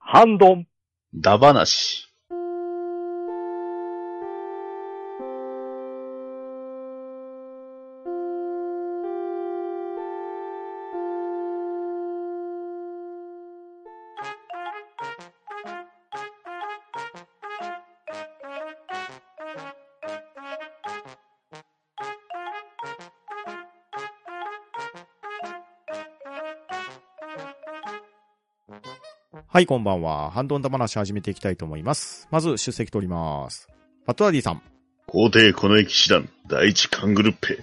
ハンドン。ダバナシ。はい、こんばんは。ハンドン玉なし始めていきたいと思います。まず、出席取ります。バトラディさん。皇帝この駅師団、第一カングルッペ。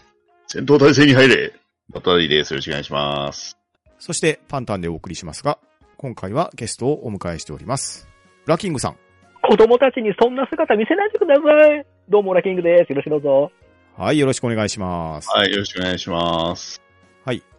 戦闘態勢に入れ。バタリです。よろしくお願いします。そして、パンタンでお送りしますが、今回はゲストをお迎えしております。ラキングさん。子供たちにそんな姿見せないでください。どうも、ラキングです。よろしくどうぞ。はい、よろしくお願いします。はい。はい、よろしくお願いします。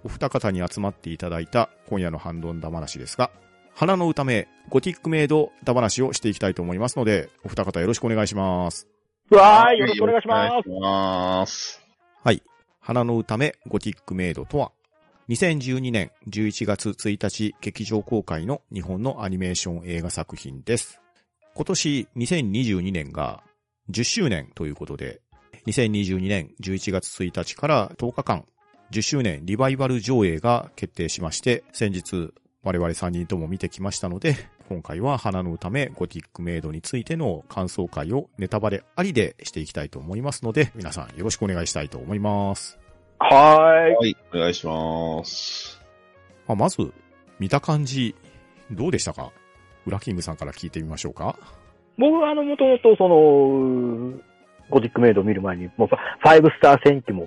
お二方に集まっていただいた今夜のハンドン玉なしですが、花の歌名、ゴティックメイド玉なしをしていきたいと思いますので、お二方よろしくお願いします。わーい、よろしくお願いしよまろしくお願いします。はい。花の歌目ゴティックメイドとは、2012年11月1日劇場公開の日本のアニメーション映画作品です。今年2022年が10周年ということで、2022年11月1日から10日間、10周年リバイバル上映が決定しまして、先日我々3人とも見てきましたので、今回は花の歌目ゴティックメイドについての感想会をネタバレありでしていきたいと思いますので、皆さんよろしくお願いしたいと思います。す。はーい。はい、お願いします。まあ、まず、見た感じ、どうでしたかウラキングさんから聞いてみましょうか僕は、あの、もともと、その、ゴジックメイドを見る前に、もう、ファイブスター戦記も、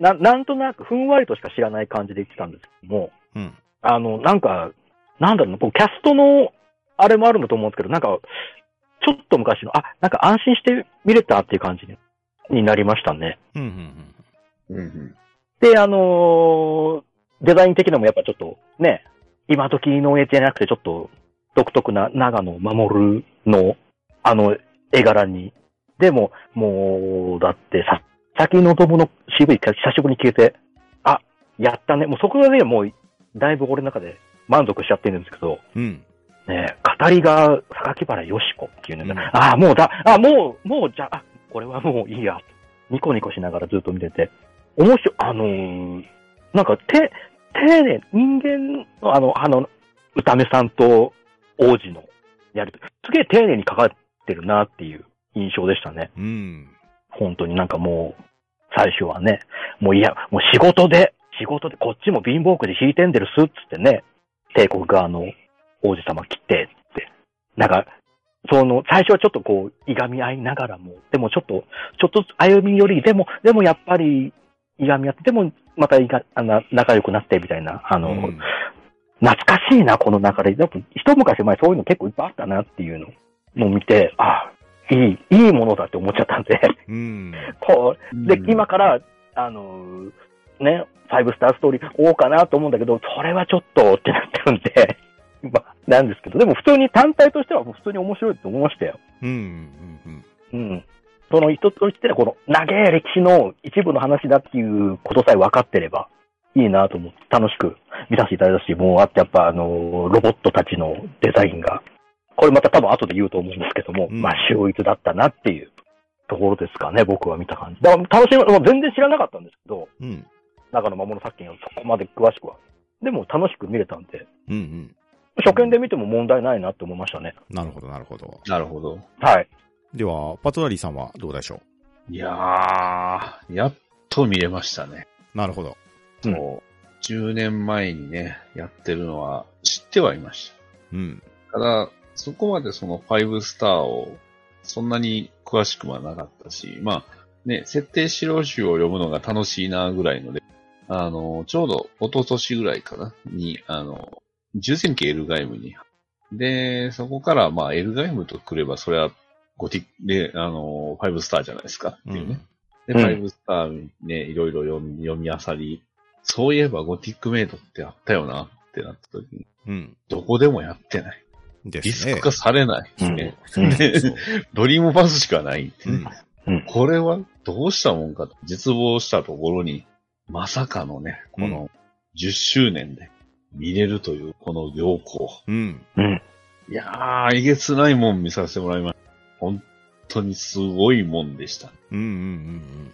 ななんとなく、ふんわりとしか知らない感じで来たんですけども、うん。あの、なんか、なんだろうな、僕、キャストの、あれもあるんだと思うんですけど、なんか、ちょっと昔の、あ、なんか安心して見れたっていう感じにになりましたね。うん、うん、うんうん。で、あのーデザイン的なのもやっぱちょっとね、今時の絵じゃなくてちょっと独特な長野守のあの絵柄に。でも、もう、だってさ、先の友の渋い久しぶりに消えて、あ、やったね。もうそこがね、もう、だいぶ俺の中で満足しちゃってるんですけど、うん。ね、語りが榊原よし子っていうね、うんああ、もうだ、ああ、もう、もうじゃあ、あこれはもういいや、ニコニコしながらずっと見てて、面白い、あのーなんか手、丁寧、人間のあの、あの、歌目さんと王子のやりとり、すげえ丁寧に書かれてるなっていう印象でしたね。うん。うん。本当になんかもう、最初はね、もういや、もう仕事で、仕事で、こっちも貧乏くじ引いてんでるっすっつってね、帝国側の王子様来て、って。なんか、その、最初はちょっとこう、いがみ合いながらも、でもちょっと、ちょっとずつ歩み寄り、でも、でもやっぱり、いがみ合って、でも、またいがあの仲良くなって、みたいな、あの、うん懐かしいな、この流れ。やっぱ一昔前そういうの結構いっぱいあったなっていうのも見て、ああ、いい、いいものだって思っちゃったんで、 うん。こう、で、うん今から、あのーね、ファイブスターストーリー追おうかなと思うんだけど、それはちょっとってなってるんで、 まあ、なんですけど、でも普通に単体としてはもう普通に面白いと思いましたよ。うん。うんうん。うん。その一つとしては、この長い歴史の一部の話だっていうことさえ分かってれば、いいなと思って、楽しく見させていただいたし、もう、あとやっぱ、あのーロボットたちのデザインが、これまた多分後で言うと思うんですけども、うんまあ、秀逸だったなっていうところですかね、僕は見た感じ。だから楽しみ、もう全然知らなかったんですけど、うん。中野守の作品をそこまで詳しくは。でも楽しく見れたんで、うん。うん。初見で見ても問題ないなって思いましたね。なるほど、なるほど。なるほど。はい。では、パトラリーさんはどうでしょいやー、やっと見れましたね。うなるほど。うんもう、10年前にね、やってるのは知ってはいましうん。た。ただ、そこまでその5スターをそんなに詳しくはなかったし、まあ、ね、設定資料集を読むのが楽しいなぐらいので、あの、ちょうど一昨年ぐらいかな、に、あの、重戦記エルガイムに。で、そこから、まあ、エルガイムとくれば、それは、ゴティック、で、あの、5スターじゃないですか、っていうね。で、うんファイブスターね、いろいろ読み、読み漁り、そういえばゴティックメイドってあったよなってなった時に、うん。どこでもやってない。うん。でリすスね。ク化されない。うんねうんそうドリームバスしかない。うん。これはどうしたもんかと、絶望したところに、まさかのね、こうの10周年で見れるという、この良好。うん。うん。いやー、えげつないもん見させてもらいました。本当にすごいもんでした。うんうんうん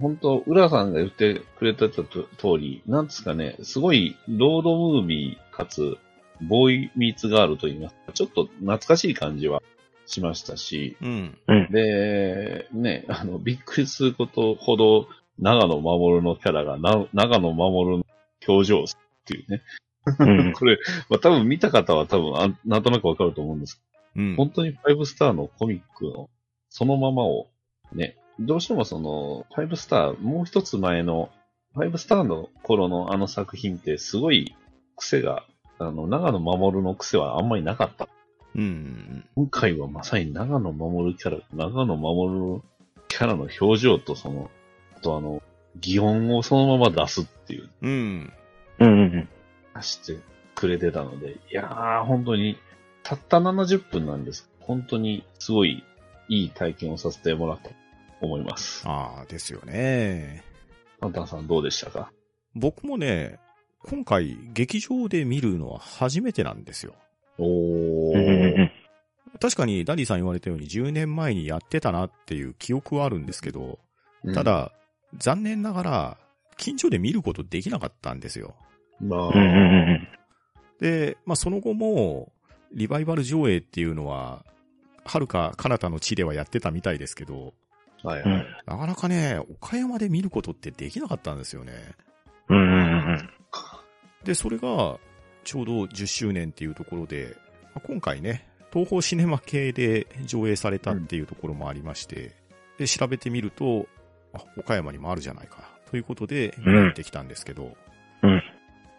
本当、浦さんが言ってくれてたと通り、なんですかね、すごいロードムービーかつ、ボーイミーツガールと言いますか、ちょっと懐かしい感じはしましたし、うん。うん。うん。で、ね、あの、びっくりすることほど、長野守のキャラがな、長野守の表情を するっていうね。うんこれ、まあ、多分見た方は多分あ、なんとなくわかると思うんですうん。本当にファイブスターのコミックのそのままをね、どうしてもその、ファイブスター、もう一つ前の、ファイブスターの頃のあの作品ってすごい癖が、あの、長野守の癖はあんまりなかった。うんうん今回はまさに長野守キャラ、長野守キャラの表情とその、あとあの、擬音をそのまま出すっていう、うん。ううん。んうん出してくれてたので、いやー、本当に、たった70分なんです。本当に、すごい、いい体験をさせてもらったと思います。ああ、ですよね。パンタンさんどうでしたか僕もね、今回劇場で見るのは初めてなんですよ。うんうんうんおうん 確かにダディさん言われたように10年前にやってたなっていう記憶はあるんですけど、た、だ、残念ながら、近所で見ることできなかったんですよ。うんまあ、うんうんうんで、まあその後も、リバイバル上映っていうのは、はるか彼方の地ではやってたみたいですけど、はいはうん。いなかなかね、岡山で見ることってできなかったんですよね。うんうんうんで、それが、ちょうど10周年っていうところで、まあ今回ね、東宝シネマ系で上映されたっていうところもありまして、で、調べてみると、あ、岡山にもあるじゃないか、ということで、うん見に行ってきたんですけど、うん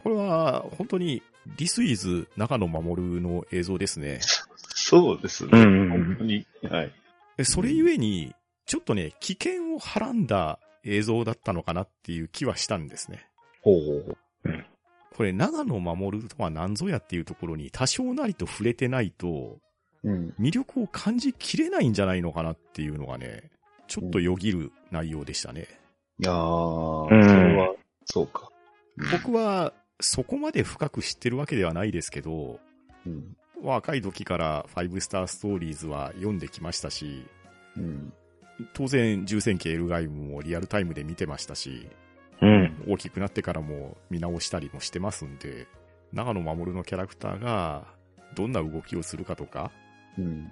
これは、本当に、リスイズ中野守の映像ですね。そうですね。うんうんうん本当に。はい。でそれゆえに、ちょっとね、危険をはらんだ映像だったのかなっていう気はしたんですね。ほうほうほう。これ、長野守とは何ぞやっていうところに多少なりと触れてないと、うん。魅力を感じきれないんじゃないのかなっていうのがね、ちょっとよぎる内容でしたね。いやー、そうんれは、そうか。僕は、そこまで深く知ってるわけではないですけど、うん。若い時からファイブスターストーリーズは読んできましたし、うん。当然、重戦記エルガイムもリアルタイムで見てましたし、うん大きくなってからも見直したりもしてますんで、長野守のキャラクターがどんな動きをするかとか、うん。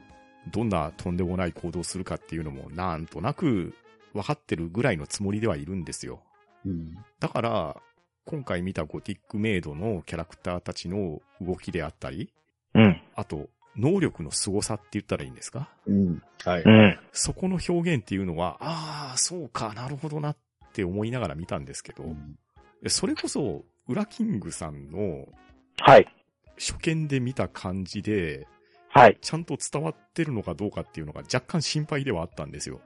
どんなとんでもない行動をするかっていうのもなんとなく分かってるぐらいのつもりではいるんですよ。うん。だから、今回見たゴティックメイドのキャラクターたちの動きであったり、うんあと、能力の凄さって言ったらいいんですかうん。はい。うんそこの表現っていうのは、ああ、そうか、なるほどなって思いながら見たんですけど、うんそれこそ、ウラキングさんのはい初見で見た感じで、はいちゃんと伝わってるのかどうかっていうのが若干心配ではあったんですよ。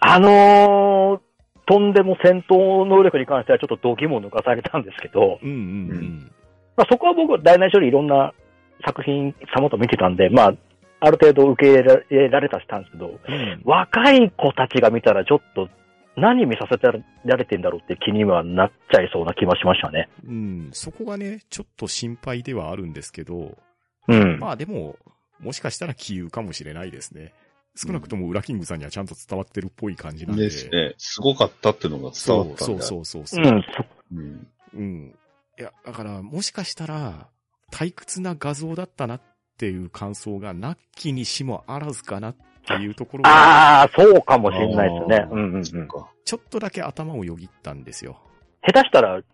あのー、とんでも戦闘能力に関してはちょっと度肝を抜かされたんですけど、うんうんうう。んまあ、そこは僕は大内処理いろんな作品さまと見てたんで、まあ、ある程度受け入れられたしたんですけど、うん若い子たちが見たらちょっと何見させてられてんだろうって気にはなっちゃいそうな気はしましたね。うん、そこがね、ちょっと心配ではあるんですけど、うん。まあでも、もしかしたら杞憂かもしれないですね。少なくともウラキングさんにはちゃんと伝わってるっぽい感じなんで。ですね。すごかったっていうのが伝そわっうたんそうだ。うそうそうそうう。ん、うん。うん。いや、だから、もしかしたら、退屈な画像だったなっていう感想が、なきにしもあらずかなっていうところが、ああ、そうかもしれないですね。うんうんうん。そっ下か。ちょっとだけ頭をよぎったんですよ。手したら、ち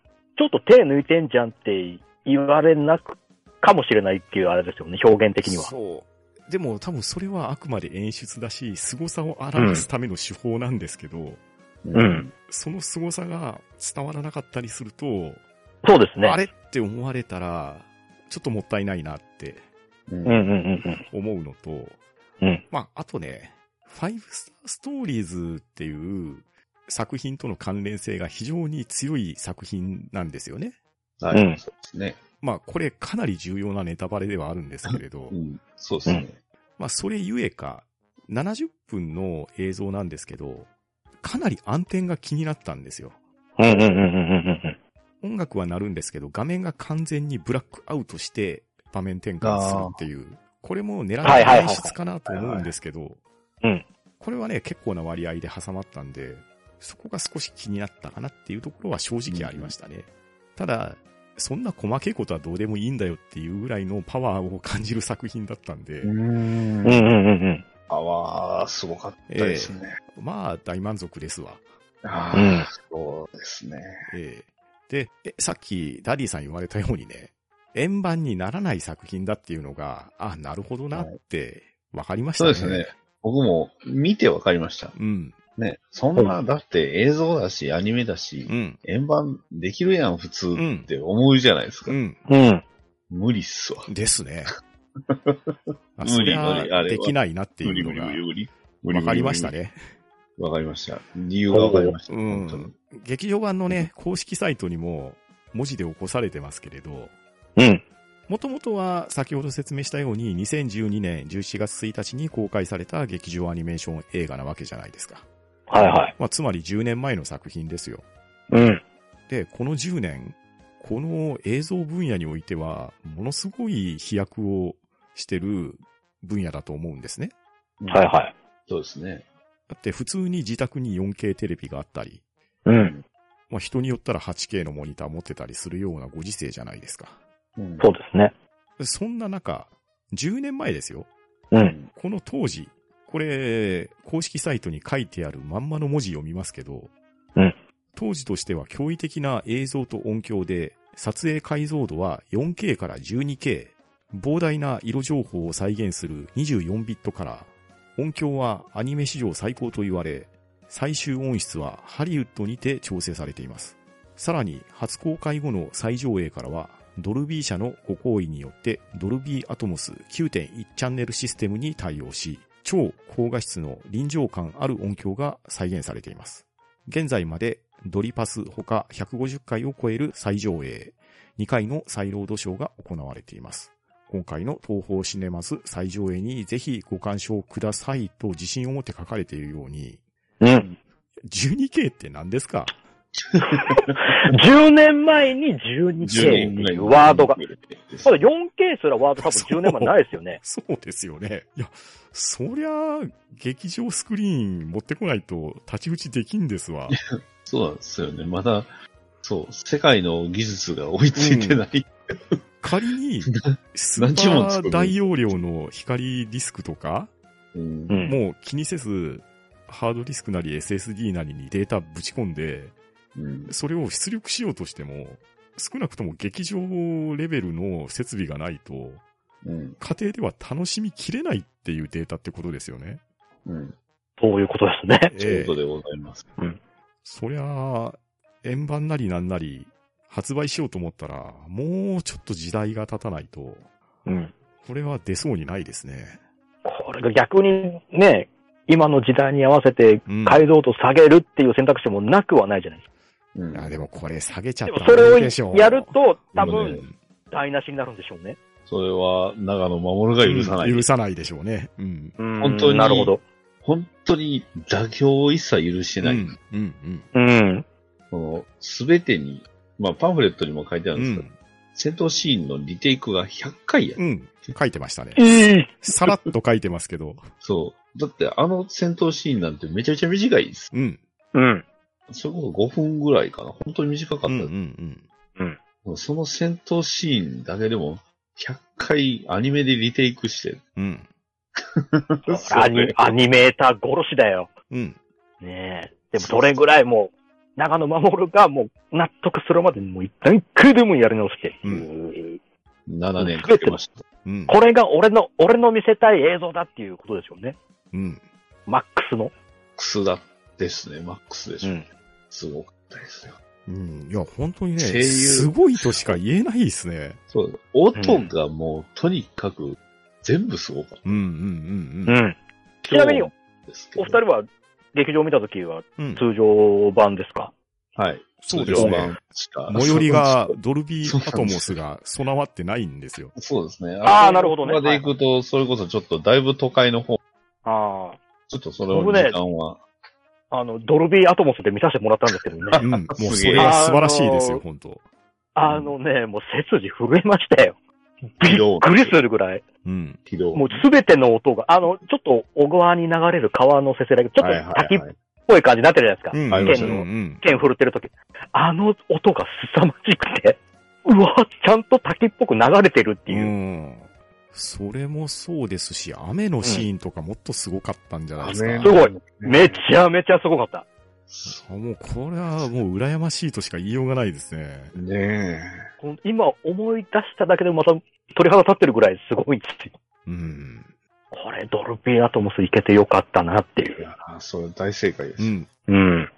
ょっと手抜いてんじゃんって言われなく、かもしれないっていうあれですよね、表現的には。そう。でも多分それはあくまで演出だし、凄さを表すための手法なんですけど、うん。その凄さが伝わらなかったりすると、そうですね。あれって思われたら、ちょっともったいないなってう。うんうんんうん思うのと、うんまあ、あとね、ファイブスターストーリーズっていう作品との関連性が非常に強い作品なんですよね。はうんい。そうですね。まあ、これかなり重要なネタバレではあるんですけれどう、ん。そうですね。まあ、それゆえか、70分の映像なんですけど、かなり暗転が気になったんですよ。うん。うんうんうんうんうんうん。音楽は鳴るんですけど、画面が完全にブラックアウトして場面転換するっていう。これも狙はいいはいはいい演出かなと思うんですけど、うんこれはね、結構な割合で挟まったんで、そこが少し気になったかなっていうところは正直ありましたね。ただ、そんな細けいことはどうでもいいんだよっていうぐらいのパワーを感じる作品だったんで、うんうんうんんうん。パワー、すごかったですね。まあ大満足ですわ。あうーんそうですね。ええで、えさっきダディさん言われたようにね、円盤にならない作品だっていうのが、あ、なるほどなって分かりましたそうね。ですね。。僕も見てわかりました。うん、ね。そんな、だって映像だし、アニメだし、うん、円盤できるやん、普通って思うじゃないですか。うん。うん。無理っすわ。で すね。あ無理そりゃ無理あれはできないなって無い理う無理の無理が無理。分かりました。ね。わかりました。理由がわかりました。う本当にん。劇場版のね、公式サイトにも文字で起こされてますけれど、うん。もともとは先ほど説明したように2012年11月1日に公開された劇場アニメーション映画なわけじゃないですか。はいはい。まあ、つまり10年前の作品ですよ。うん。で、この10年、この映像分野においては、ものすごい飛躍をしてる分野だと思うんですね。はいはい。そうですね。だって普通に自宅に 4K テレビがあったり、うん。まあ、人によったら 8K のモニター持ってたりするようなご時世じゃないですか。うんそうですね。そんな中、10年前ですよ。うん。この当時、これ、公式サイトに書いてあるまんまの文字読みますけど、うん当時としては驚異的な映像と音響で、撮影解像度は 4K から 12K、膨大な色情報を再現する24ビットカラー、音響はアニメ史上最高と言われ、最終音質はハリウッドにて調整されています。さらに、初公開後の再上映からは、ドルビー社のご好意によって、ドルビーアトモス9.1チャンネルシステムに対応し、超高画質の臨場感ある音響が再現されています。現在までドリパスほか150回を超える再上映、2回の再ロードショーが行われています。今回の東方シネマズ再上映にぜひご鑑賞くださいと自信を持って書かれているように、うん。 12K って何ですか10年前に 12K って10年ぐらいいうワードが。そまうだ 4K すらワード多分10年前ないですよね。そうですよね。いや、そりゃ、劇場スクリーン持ってこないと立ち打ちできんですわ。そうなんですよね。まだ、そう、世界の技術が追いついてない。仮に、 ス何ー十万パ作るー大容量の光ディスクとか、うんうん。もう気にせず、ハードディスクなり SSD なりにデータぶち込んで、うんそれを出力しようとしても、少なくとも劇場レベルの設備がないと、うん家庭では楽しみきれないっていうデータってことですよね。うんそういうことですね。ということでございます。そりゃあ、円盤なりなんなり、発売しようと思ったら、もうちょっと時代が経たないと、うん。これは出そうにないですね。これが逆にね、今の時代に合わせてうん。解像度下げるっていう選択肢もなくはないじゃないですうんあでもこれ下げちゃっか。でもたそられダをメでしょうやると多う分ん台無しになるんでしょうね。それは、長野守が許さない。許さないでしょうね。うん。うん本当になるほど。本当に妥協を一切許してうない。ん。うん。うん。その、すべてに、まあ、パンフレットにも書いてあうるんですけど、戦ん。闘シーンのリテイクが100回や。うん。書いてましたね。いいさらっと書いてますけど。そう。だって、あの戦闘シーンなんてめちゃめちゃ短いです。うん。うん。それこそ5分ぐらいかな。本当に短かったうん。うでんす。うん。その戦闘シーンだけでも、100回アニメでリテイクして。うん。アニアニメーター殺しだよ。うん。ねえ。でもそれぐらいもう、長野守がもう納得するまでもう一旦回でもやり直して。う7年かけました。うん。これが俺の、俺の見せたい映像だっていうことですよね。うん。マックスの。クスだですね、マックスでしょ。ん。すごかったですよ。うん。いや、本当にね、声優すごいとしか言えないですね。そう。音がもう、とにかく、全部すごかった。うん。うん。うん。ん。ちなみに、おですけど二人は劇場見たときはうん。通常版ですかはい。そうですね通常版しか最寄りが、ドルビーアトモスが備わってないんですよ。。そうですね。あーなるほどねまで行くと、それこそちょっと、だいぶ都会の方、あちょっとそれを時間は。あ。あの、ドルビーアトモスで見させてもらったんですけどねうん。もうすそげえれは素晴らしいですよ、あのー本当あのね、もう背筋震えましたよ。びっくりするぐらい。うん。軌道。もうすべての音が、あの、ちょっと小川に流れる川のせせらぎ、ちょはいっとはい滝っはい。ぽい感じになってるじゃうん。なあいりでますしか。た剣ねの、ん。剣振るってる時。あの音が凄まじくて、うわ、ちゃんと滝っぽく流れてるってういう。ん。それもそうですし、雨のシーンとかもっとすごかったんじゃないですか。雨すごい。めねちゃめちゃすごかった。あもう、これはもう羨ましいとしか言いようがないですね。ねこの今思い出しただけでまた鳥肌立ってるぐらいすごいっていう。うん。これドルビーアトモスいけてよかったなってい。え。いうやー、それ大正解でうす。ん。うん。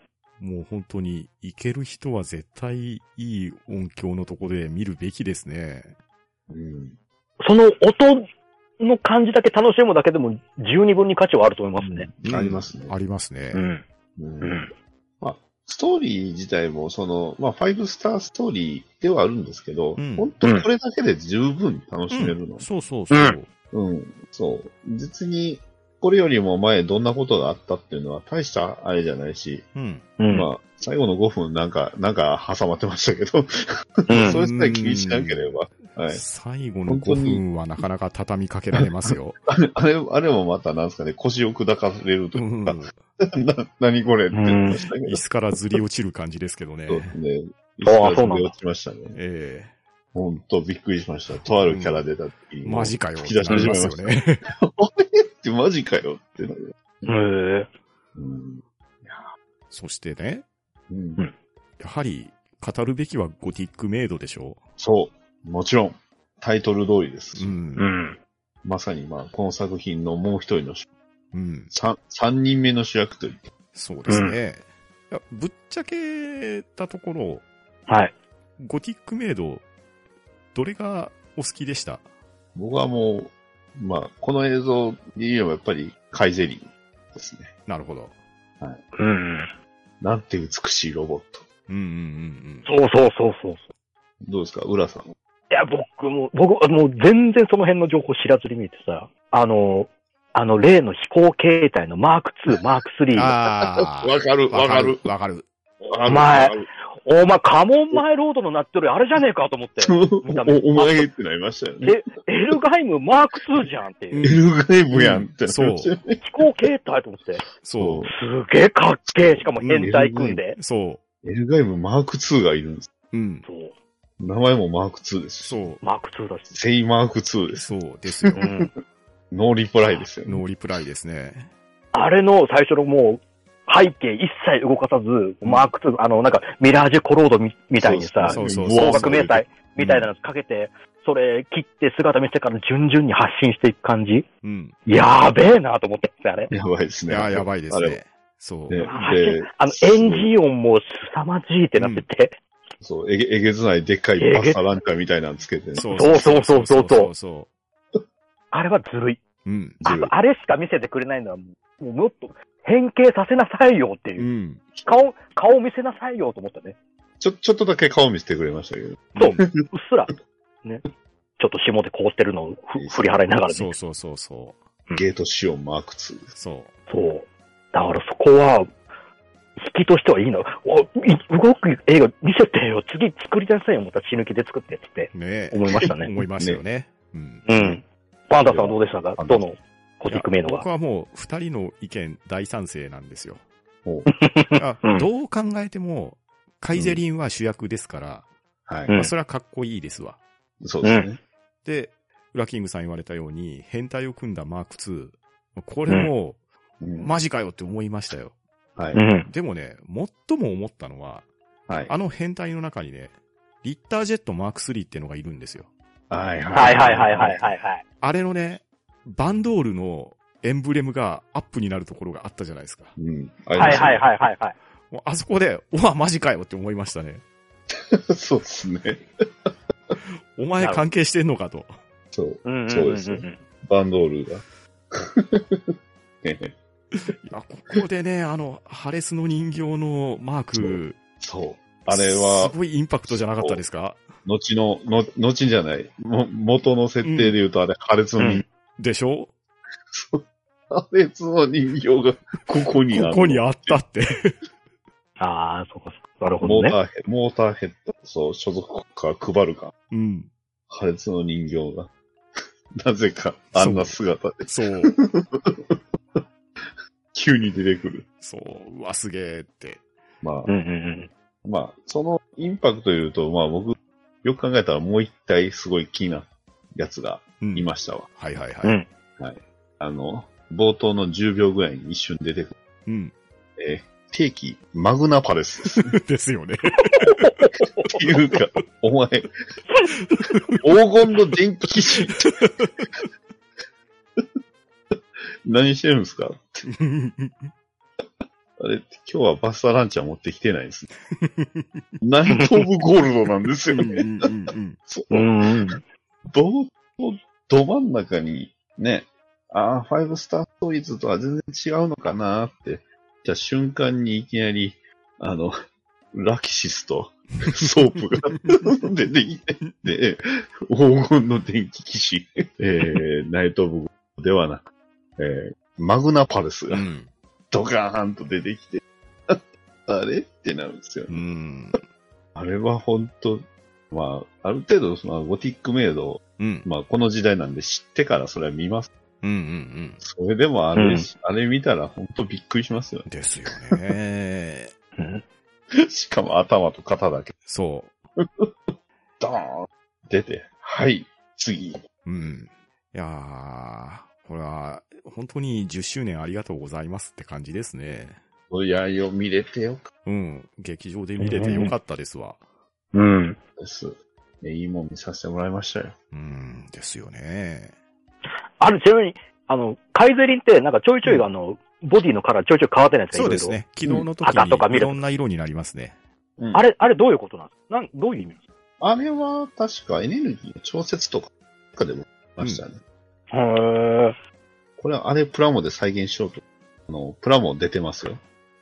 もう本当に、行ける人は絶対いい音響のとこで見るべきですね。うん。その音の感じだけ楽しむだけでも十二分に価値はあると思いますね。うんありますね。ありますね。ん。うんうん。まあ、ストーリー自体も、その、まあ、ファイブスターストーリーではあるんですけど、うん本当これだけで十分楽しめるの。そうそうそう。うん、そう。実に、これよりも前どんなことがあったっていうのは大したあれじゃないし、うん。うん。まあ、最後の5分なんか、なんか挟まってましたけうど、んそれさえ気にしなければ、はい。最後の5分はなかなか畳みかけられます よ。あれ、あれあれもまたなんですかね、腰を砕かれるとういうんか、 な、何これって言ってましたけど椅子からずり落ちる感じですけどね。そうですね。ああそうなんだ一緒に落ちましたね。え本当びっくりしました。とあるキャラ出た時えに。マジかよ。吹き出してしまいましたなりますよね。あれって マジかよってなる。へえうん。そしてね、うんうんやはり語るべきはゴティックメイドでしょそう。もちろん、タイトル通りです。う。うんう。ん。まさに、まあ、この作品のもう一人の主うん。三、三人目の主役と言って。そうですね。いやぶっちゃけたところ、はい。ゴティックメイド、どれがお好きでした僕はもう、まあ、この映像で言えばやっぱり、カイゼリーですね。なるほど。うん。なんて美しいロボット。うんうんうんそうそうそうそう。どうですか浦さん。いや、僕も、僕、もう全然その辺の情報知らずに見てさ、あの、あの、例の飛行形態のマーク2、マークうん。 3。あわかる、わかる。わかる。わかおる前わか、るお前、カモンマイロードのなってるあれじゃねえかと思って。見た目おお前ってなりましたよね。え、エルガイムマーク2じゃんっていう。エルガイブやんってな りましたよね。飛行形態と思って。そすげえかっけえ。しかも変態組んで。う。そエルガイムマーク2がいるんです。う。うん。そう。名前もマーク2です。そマーク2だし。セイマーク2う。です。そうですよ う。ん。ノーリプライですよね。ノーリプライですね。あれの最初のもう、背景一切動かさず、マーク2、あの、なんか、ミラージュコロードみみたいにさ、そうそう光学明細うんみたいなのかけて、それ切って姿見せてから順々に発信していく感じうん。やーべえなと思って、あれ。やばいですいね。や、やばいですあねれ。そう。ねであの、エンジン音も凄まじいってなってて。そう、えげえげつないでっかいパスタランカーみたいなのつけてね。そうそうそうそうそううそあれはずるい。う。うん。あと、あれしか見せてくれないのはもう、もうもっと変形させなさいよっていうう。ん。顔、顔見せなさいよと思ったね。ちょ、ちょっとだけ顔見せてくれましたけど。そううっすら、ね。ちょっと霜で凍ってるのをふ振り払いながらね。そ。そううそうそうそゲートシオンマーク2でう。そう。だからそこは、引きとしてはいいの。おい動く映画見せてよ。次作り出せよ。また血抜きで作ってってねえ。思いましたね。 思いましたよね。うん。うん。パンダさんはどうでしたかどのコティックメイのいや僕が。はもう、二人の意見大賛成なんですよ。おうあ うんどう考えても、カイゼリンは主役ですから、はい。うんまあそれはかっこいいですわ。そうですね。で、ラキングさん言われたように、変態を組んだマーク2。これうも、んマジかよって思いましたよ。はい。うん。でもね、最も思ったのは、はい。あの変態の中にね、リッタージェットマーク3ってのがいるんですよ。はいはいはいはいはいはいはい。あれのね、バンドールのエンブレムがアップになるところがあったじゃないですか。い。うん。はいはいい。はいはいはい。もうあそこで、うわ、マジかよって思いましたね。 そうですね。お前関係してんのかと。そう。うんんんんそうですねバンドールが。ねえいや、ここでね、あの、ハレスの人形のマーク、そう。あれはす、ごいインパクトじゃなかったですか後の、の、後じゃない。も、元の設定で言うと、あれ、破裂の人、でしょ 破裂の人形が、ここにある。ここにあったって。ああ、そうかそうか。なるほモどねータ。ーヘッド、モーターヘッド、そう、所属国家配るか。うん。破裂の人形が。 なぜか、あんな姿で、そう。急に出てくる。そう。うわ、すげーって。まあ、うんうんまあ、そのインパクトで言うと、まあ僕、よく考えたらもう一体すごい気になやつがうんいましたわ。はいはいはうい。ん。あの、冒頭の10秒ぐらいに一瞬出てくうん。る。えー、定期、マグナパレスですですよね。っていうか、お前、黄金の電気騎士。何してるんですかあれ、今日はバスターランチャー持ってきてないですね。 ナイト・オブ・ゴールドなんですうよんうね。んうんうん。そううんうん。どう、ど真ん中に、ね、ああ、ファイブスターストーリーズとは全然違うのかなって、じゃ瞬間にいきなり、あの、ラキシスとソープが出てきて、で黄金の電気騎士、えー、ナイト・オブ・ゴールドではなく、えー、マグナパレスうがん。ドカーンと出てきて、あれってなるんですよね。うん。あれは本当まあ、ある程度、そのゴティックメイドをうん。まあ、この時代なんで知ってからそれは見ます。うんうんそれでもあれ、うんあれ見たら本当びっくりしますようん。ですよね。うんね。 しかも頭と肩だけ、そドーン出て、はい、次。う。うん。いやー、これは、本当に10周年ありがとうございますって感じですね。親を見れてよかっうん。劇場で見れてよかったですわ。うん。たです。ねいいもん見させてもらいましたよ。うん。ですよね。あれ、ちなみに、あの、カイゼリンって、なんかちょいちょい、あの、ボディのカラーちょいちょい変わってないですかそうです。ね。昨ろいろ日の時赤とかにい緑ろんな色になりますね。うん、あれ、あれどういうことなんですかなん、どういう意味なんですあれは確かエネルギーの調節とかでもありましたね。かへこれはあれプラモで再現しようと。あの、プラモ出てますよ。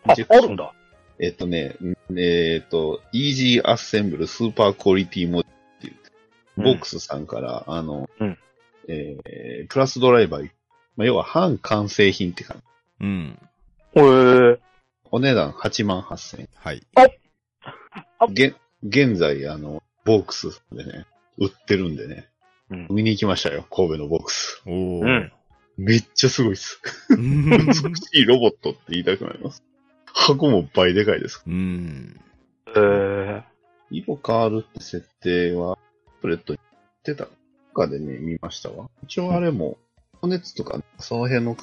ー。あ、あるんだ。えっとね、んえっと、イージーアッセンブルスーパークオリティモデルってう言んって、ボックスさんから、あの、うんえープラスドライバー、まあ、要は半完成品って感じ。うん。へー。お値段8万8000円。はい。げ、現在、あの、ボックスでね、売ってるんでね、うん見に行きましたよ、神戸のボックス。おー。うんめっちゃすごいっす。 美しいロボットって言いたくなります。箱も倍でかいです。うん。へー。色変わるって設定は、プレットに出たかでね、見ましたわ。一応あれも、骨熱とか、その辺のっ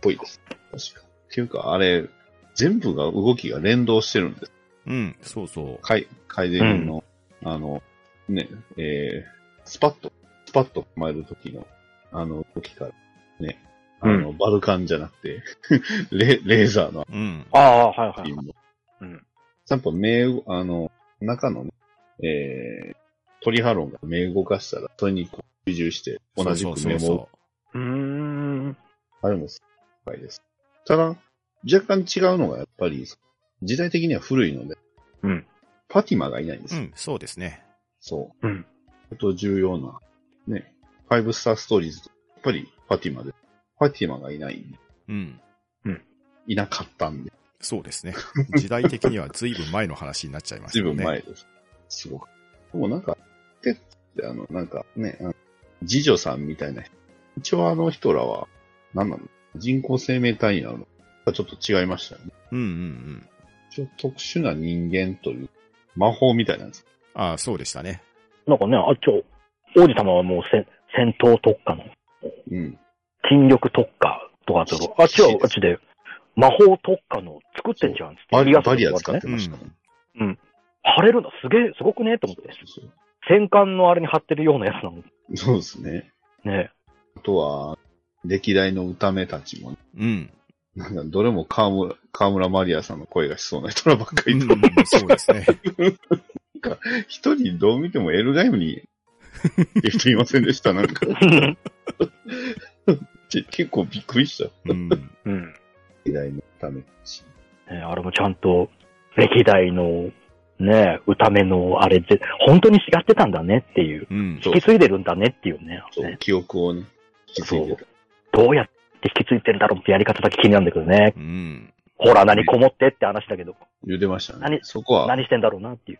ぽいです。確か。っていうか、あれ、全部が動きが連動してるんです。うん。そうそう。回、回電流の、あの、ね、えー、スパッと、スパッと構える時の、あの、動きから、ね、あの、バルカンじゃなくて、 レレーザーのうん。ああ、はいはいピはい。ンも。うん。ちゃんと目を、あの、中のね、えー、鳥ハロンが目動かしたら、それにこう、従して、同じくそうそ目うそうも、そうーん。あれもすごいです。ただ、若干違うのがやっぱり、時代的には古いので、うん。パティマがいないんです。う。うん、そうですね。そうん。う。あと重要な、ね、ファイブスターストーリーズと、やっぱりパティマで、パティマがいない、うん。いなかったんで、そうです ね。時代的には随分前の話になっちゃいました随ね。分前です。すごく。でもなんか、テッドってあの、なんかね、あの次女さんみたいな人。一応あの人らは、なんなの人工生命体になるのかちょっと違いましたよね。うんうんうん。一応特殊な人間という魔法みたいなんです。ああ、そうでしたね。なんかね、あっちょ、王子様はもう戦戦闘特化の、うん。筋力特化とかあったけどあっちはあっちで、魔法特化の作ってんじゃんっつってバリア、とかバリアあ使っねてましたね。貼れるのすげえ、すごくねと思って。そうそう戦艦のあれに貼ってるようなやつなの。そうですね。 ねあとは、歴代の歌目たちも、ね、うん。なんかどれも河村、河村マリアさんの声がしそうな人らばっかうりんと、そうですね。一人どう見てもエルガイムに、っていう人いませんでした、なんか。ち結構びっくりした。うん。うん。 ね時代のためし。あれもちゃんと、歴代の、ね歌目のあれで、本当にやってたんだねっていう。うん。そう引き継いでるんだねっていうね。そう、ね記憶をね、引き継いでた。どうやって引き継いでるんだろうってやり方だけ気になるんだけどね。うん。ほら、何こもってって話だけど、言うてましたね何。そこは、何してんだろうなっていう。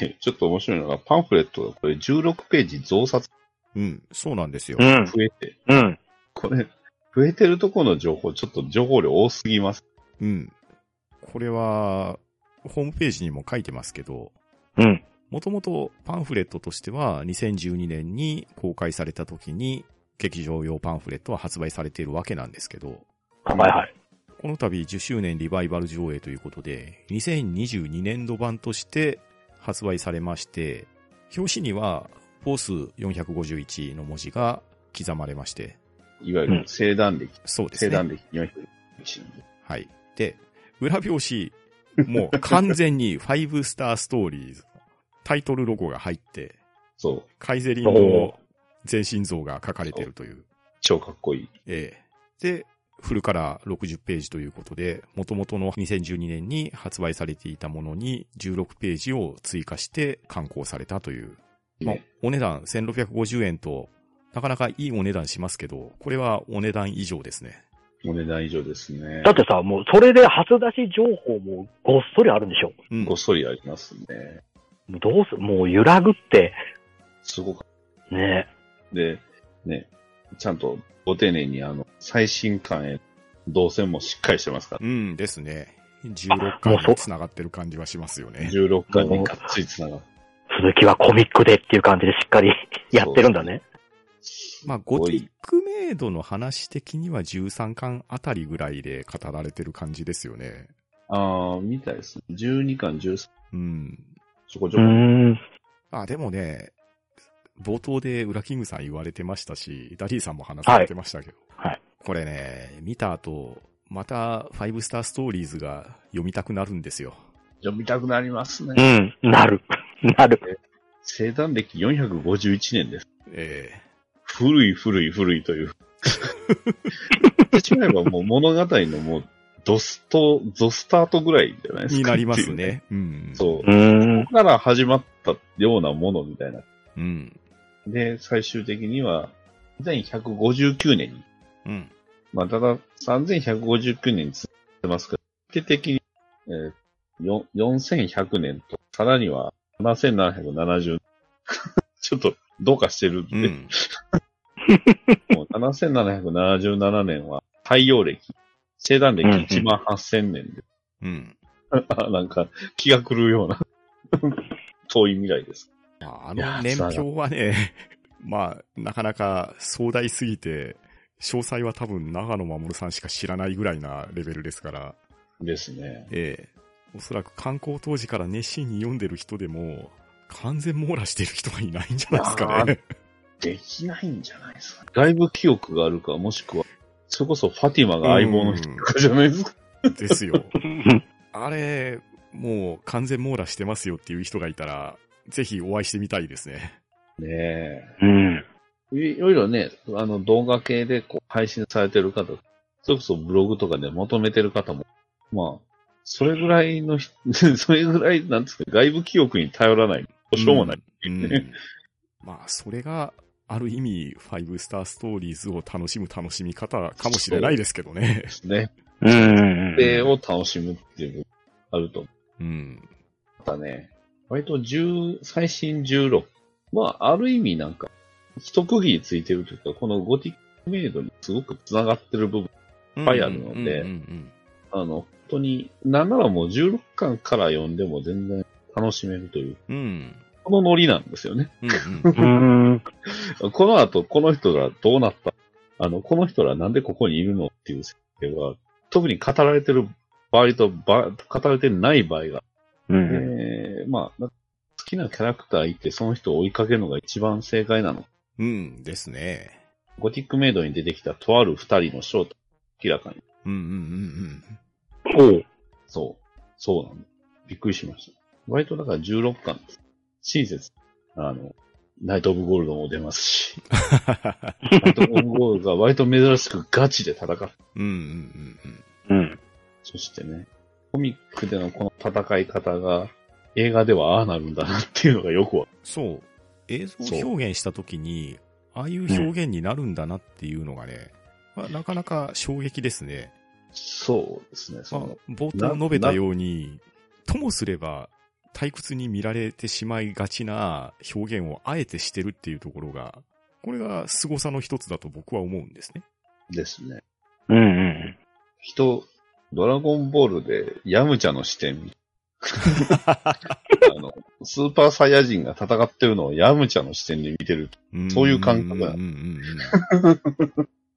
でちょっと面白いのが、パンフレットがこれ16ページ増刷うん、そうなんですよ。うん。増えて、うん。これ、増えてるところの情報、ちょっと情報量多すぎます。うん。これは、ホームページにも書いてますけど、うん。もともとパンフレットとしては2012年に公開された時に劇場用パンフレットは発売されているわけなんですけど、はいはい。この度10周年リバイバル上映ということで、2022年度版として発売されまして、表紙にはフォース451の文字が刻まれまして、いわゆうんる生団歴、そうです生ね。団歴401。はい。で、裏表紙、もう完全に5スターストーリーズ、タイトルロゴが入って、そう、カイゼリンの全身像が書かれているという。超かっこいい。ええで、フルカラー60ページということで、元々の2012年に発売されていたものに16ページを追加して刊行されたという。まあね、お値段1650円と、なかなかいいお値段しますけど、これはお値段以上ですね。お値段以上ですねだ。ってさ、もうそれで初出し情報もごっそりあるんでしょ。うんごっそりありますね。もうどうす、もう揺らぐって、すごく。ね。で、ね、ちゃんとご丁寧にあの、最新刊へ動線もしっかりしてますから、うんですね。16あもう巻そうに繋がってる感じはしますよね。 16巻にがっつりつながって、鈴木はコミックでっていう感じでしっかりやってるんだね。まあ、ゴティックメイドの話的には13巻あたりぐらいで語られてる感じですよね。ああ、みたいですね。12巻、13、うん。ちょこちうょーこ。ん。あ、でもね、冒頭でウラキングさん言われてましたし、ダリーさんも話されてましたけど。はいはいこれね、見た後、また、ファイブスターストーリーズが読みたくなるんですよ。読みたくなりますうね。ん。なる。なる。生誕歴451年です。ええ古い古い古いという。 言ってしまえばもう物語のもう、ドスト、ゾスタートぐらいじゃないですか。になりますっていう。ね。うん。そうう。ーん。ここから始まったようなものみたいな。う。うん。で、最終的には、3159年に。うん。まあ、ただ、3159年に続いてますけど、徹底的に、えーよ4100年と、さらには7770、ちょっと、どうかしてるんで、うん。もう7777年は太陽暦、生誕暦1万8000年で、うん。あなんか気が狂うような遠い未来です。まあ、あいやのー年表はね、 まあ、なかなか壮大すぎて、詳細は多分長野守さんしか知らないぐらいなレベルですから、ですね。ええ、おそらく観光当時から熱心に読んでる人でも、完全網羅してる人はいないんじゃないですかね。できないんじゃないですか、外部記憶があるか、もしくは、それこそファティマが相棒の人かじゃないですか。ですよ。あれ、もう完全網羅してますよっていう人がいたら、ぜひお会いしてみたいですね。ねえ。うん。いろいろね、あの動画系でこう配信されてる方、それこそブログとかで求めてる方も、まあ、それぐらいのひ、 それぐらい、なんですか、外部記憶に頼らない、どうしようもない。うん。うんまあ、それが、ある意味、ファイブスターストーリーズを楽しむ楽しみ方かもしれないですけどねで。すね。うん。で、を楽しむっていうのがあると思うん。ったね。割と10、最新16。まあ、ある意味なんか、一区切りついてるというか、このゴティックメイドにすごく繋がってる部分いっぱいあるのであの、本当に、なんならもう16巻から読んでも全然楽しめるという、うん。うん。このノリなんですよね。うんうんうん。この後、この人がどうなった、あの、この人らなんでここにいるのっていう設定は、特に語られてる場合と、ば語られてない場合が、うん。えーまあ、好きなキャラクターいて、その人を追いかけるのが一番正解なの。うんですね。ゴティックメイドに出てきたとある二人の正体、明らかに。うんうんうんおう。そう。そうなんだ。びっくりしました。割とだから16巻です。親切。あの、ナイト・オブ・ゴールドも出ますし、ナイト・オブ・ゴールドが割と珍しくガチで戦う。うん。うんうんうんうん。そしてね、コミックでのこの戦い方が映画ではああなるんだなっていうのがよくわかそう。映像表現した時に、ああいう表現になるんだなっていうのがね、まあなかなか衝撃ですね。る。そうですね。そまあの、冒頭述べたように、ともすれば、退屈に見られてしまいがちな表現をあえてしてるっていうところが、これが凄さの一つだと僕は思うんですね。ですね。うんうん。人、ドラゴンボールでヤムチャの視点、あの、スーパーサイヤ人が戦ってるのをヤムチャの視点で見てる。そういう感覚だうんうんうんうん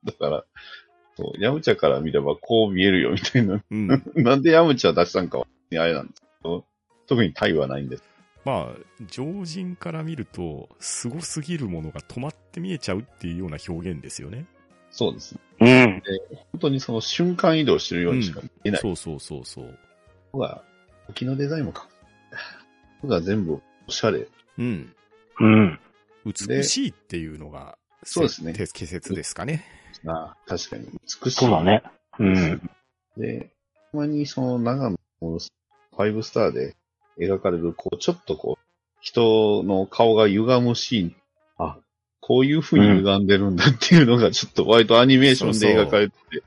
だから、そう、ヤムチャから見ればこう見えるよみたいな。 うんうん なんでヤムチャ出したんかは、あれなんですけど、特にタイはないんです。まあ、常人から見ると、凄すぎるものが止まって見えちゃうっていうような表現ですよね。そうですね。うん。本当にその瞬間移動してるようにしか見えない。そうそうそうそう。ここが、沖のデザインもか。ここが全部おしゃれ。うん。うん。美しいっていうのが、そうですねせて説ですかね。ああ確かに美しい。そうだね。うん。で、たまにその長野のファイブスターで描かれる、こう、ちょっとこう、人の顔が歪むシーン。あ、こういう風に歪んでるんだっていうのが、ちょっと割とアニメーションで描かれてて、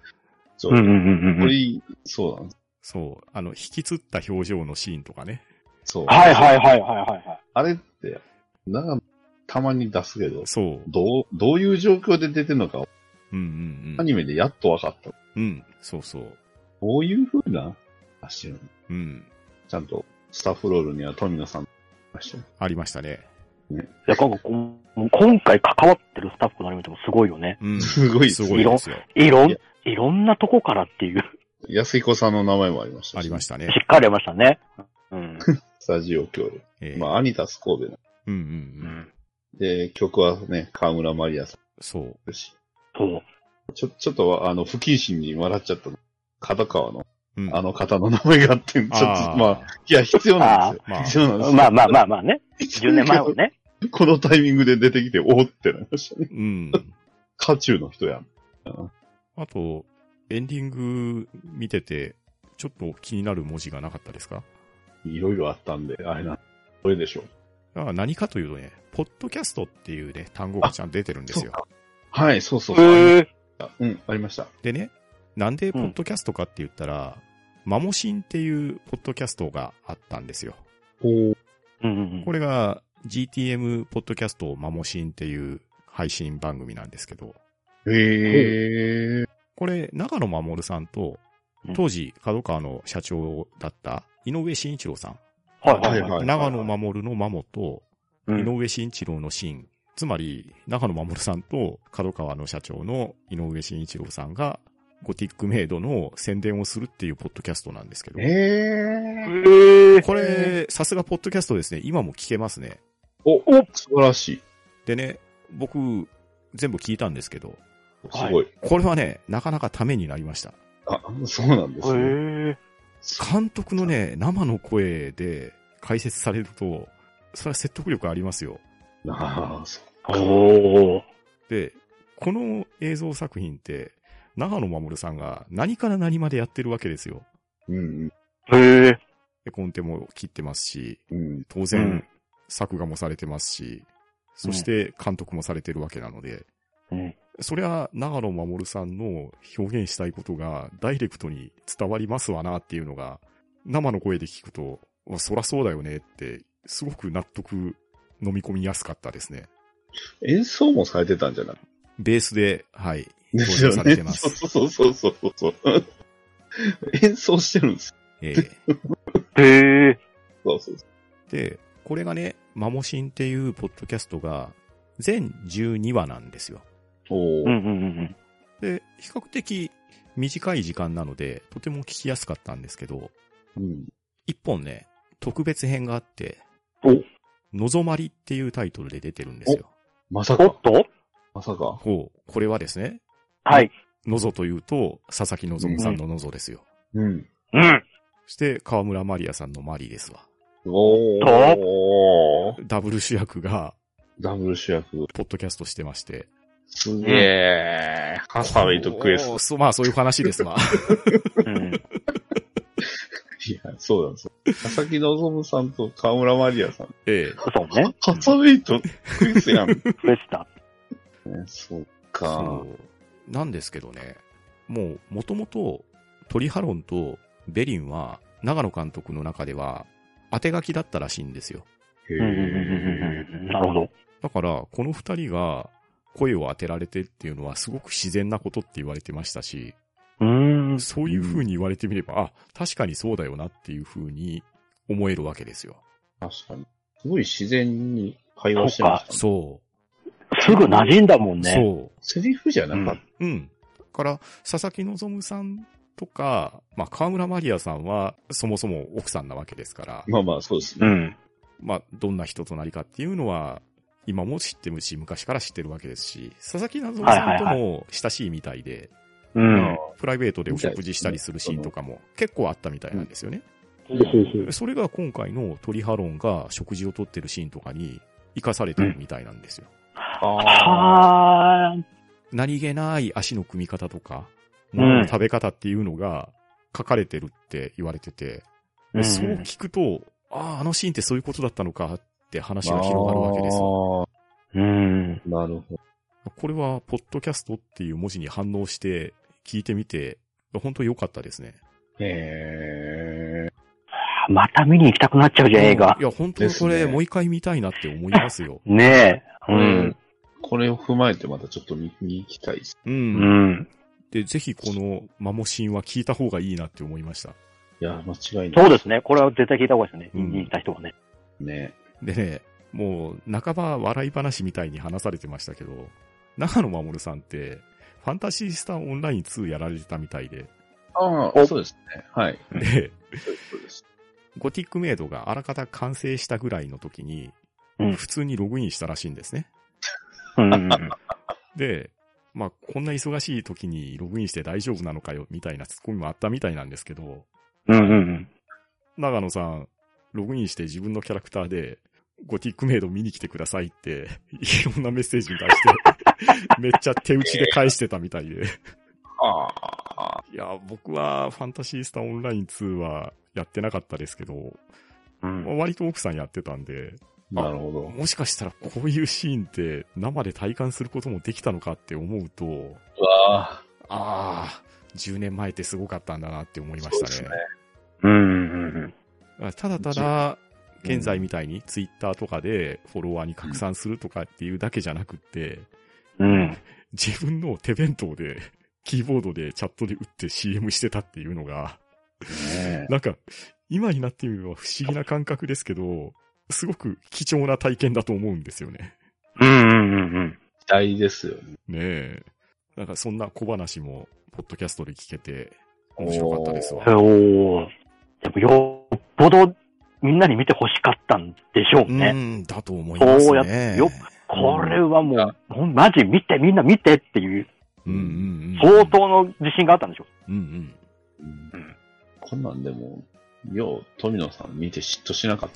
そうう、んうこんうんうん。れ、そうなんです。そう。あの、引きつった表情のシーンとかね。そう。はいはいはいはいはいはい。あれって、長野たまに出すけど、そう。どう、どういう状況で出てるのか、うんうんアニメでやっと分かった。うん。うん。そうそう。こういう風な出してるのうん。ちゃんと、スタッフロールには富野さん出してるありましたね。いや、なんかこう今回関わってるスタッフから見てもすごいよね。うん。すごいですすねごいですよ。いろいんや、いろんなとこからっていう、安彦さんの名前もありましたありまししたしね。っかりありましたね。うん。スタジオ協力。ええまあ、アニタス神戸の。うんうんううん。ん。で、曲はね、河村マリアさんそう。ですし。そう。ちょ、ちょっと、あの、不謹慎に笑っちゃったの。片川の、うんあ、の方の名前があって、ちょっと、あーまあ、いや、必要なんですあーまよ。あ必要なんですよ。まあまあまあまあね。10年前はね。 このタイミングで出てきて、おーってなりましたね。うん。渦中の人やん。あと、エンディング見てて、ちょっと気になる文字がなかったですかいろいろあったんで、あれな、これでしょう。あ何かというとね、ポッドキャストっていうね、単語がちゃんと出てるんですよ。はい、そうそうそう。へえ。あうん、ありました。でね、なんでポッドキャストかって言ったら、マモシンっていうポッドキャストがあったんですよ。おうんうんこれが GTM ポッドキャストマモシンっていう配信番組なんですけど、へえ。これ、長野守さんとう、ん当時、角川の社長だった、井上慎一郎さん。うん。はいははいいははいい。長野守の守と、う井ん上慎一郎の真。つまり、長野守さんと、角川の社長の井上慎一郎さんが、ゴティックメイドの宣伝をするっていうポッドキャストなんですけど。へえ。 へえ。これ、さすがポッドキャストですね。今も聞けますね。お、お、素晴らしい。でね、僕、全部聞いたんですけど、すごい。これはね、なかなかためになりました。あ、そうなんですね。へえ。監督のね、生の声で解説されると、それは説得力ありますよ。ああ、そう。おー。で、この映像作品って、長野守さんが何から何までやってるわけですよ。うん、へえ。でコンテも切ってますし、うん。当う然ん、作画もされてますし、そして監督もされてるわけなので、うん。そりゃ、長野守さんの表現したいことがダイレクトに伝わりますわなっていうのが、生の声で聞くと、あそらそうだよねって、すごく納得、飲み込みやすかったですね。演奏もされてたんじゃないベースで、はい、で表すよ現されねて。ます。そうそうそうそうそうそう。演奏してるんですええへえ。よ。そうそうそで、これがね、マモシンっていうポッドキャストが、全12話なんですよ。う。おうんうーんうんで、比較的短い時間なので、とても聞きやすかったんですけど、うん。一本ね、特別編があって、うん。のぞまりっていうタイトルで出てるんですよ。まさお、おかっ。とまさか。ほう。これはですね、はい。のぞというと、佐々木のぞむさんののぞですよ。うん。うん。そして、河村マリアさんのマリですわ。おとおダブル主役が、ダブル主役。ポッドキャストしてまして。すげえ。ハサウェイとクエスおート。そうまあ、そういう話ですわ。うん。いや、そうなんですよ。佐々木望さんと河村マリアさん。ええ。そうね。ハサウェイとクエストやん。ねフェスタ。そうそか。う。なんですけどね、もう、もともと、トリハロンとベリンは、長野監督の中では、当て書きだったらしいんですよ。へうんうんうんうんうんなるほど。だから、この二人が声を当てられてっていうのはすごく自然なことって言われてましたし、うーん。そういう風に言われてみれば、あ、確かにそうだよなっていう風に思えるわけですよ。確かに。すごい自然に会話してましたね。そすぐ馴染んだもんう。ね。そう。セリフじゃなかっうん。だから、佐々木希さんとか、まあ、河村マリアさんは、そもそも奥さんなわけですからた。、まあまあ、そうですうね。ん。まあ、どんな人となりかっていうのは、今も知ってるし、昔から知ってるわけですし、佐々木希さんとはいも親しいみたいで、うん。プライベートでお食事したりするシーンとかも結構あったみたいなんですよね。それが今回の鳥ハロンが食事をとってるシーンとかに活かされてるみたいなんですよ。ああ。はー何気ない足の組み方とか、うん食べ方っていうのが書かれてるって言われてて、うんうんそう聞くと、ああ、あのシーンってそういうことだったのかって話が広がるわけですよ。よ。うん。なるほど。これは、ポッドキャストっていう文字に反応して聞いてみて、本当良かったですね。へえ。また見に行きたくなっちゃうじゃん、映画い。や、本当にこれ、ですねもう一回見たいなって思いますよ。ねえ。うん。これを踏まえてまたちょっと見に行きたいです。う。うんん。で、ぜひこのマモシーンは聞いた方がいいなって思いました。いや、間違いなそいうですね。これは絶対聞いた方がいいですね。うん見に行った人はね。ね。でね、もう、半ば笑い話みたいに話されてましたけど、長野守さんって、ファンタシースターオンライン2やられてたみたいで、あおあ、そうですね。はい。で、そうです。ゴティックメイドがあらかた完成したぐらいの時に、うん普通にログインしたらしいんですね。うんうんうん。で、まあ、こんな忙しい時にログインして大丈夫なのかよ、みたいなツッコミもあったみたいなんですけど、うんうんうん。長野さん、ログインして自分のキャラクターで、ゴティックメイド見に来てくださいって、いろんなメッセージに対して、 めっちゃ手打ちで返してたみたいで。ああ。いや、僕はファンタシースターオンライン2はやってなかったですけど、うん割と奥さんやってたんで、なるほど。もしかしたらこういうシーンって生で体感することもできたのかって思うと、うわあ。ああ、10年前ってすごかったんだなって思いまそうしですたねね。。うんうんうん。あただただ、現在みたいにツイッターとかでフォロワーに拡散するとかっていうだけじゃなくって、うん。自分の手弁当で、 キーボードでチャットで打って CM してたっていうのが、ねなんか、今になってみれば不思議な感覚ですけど、すごく貴重な体験だと思うんですよね。うんうんうんうん。期待ですよね。ねえ。なんかそんな小話も、ポッドキャストで聞けて、面白かったですわ。おー。でもよっぽどみんなに見て欲しかったんでしょううね。ん、だと思いますそうやね。よこれはいやもう、ほんマジ見て、みんな見てっていう、うんうんうん。相当の自信があったんでしょうんうん。うんこんなんでも、よう、富野さん見て嫉妬しなかっ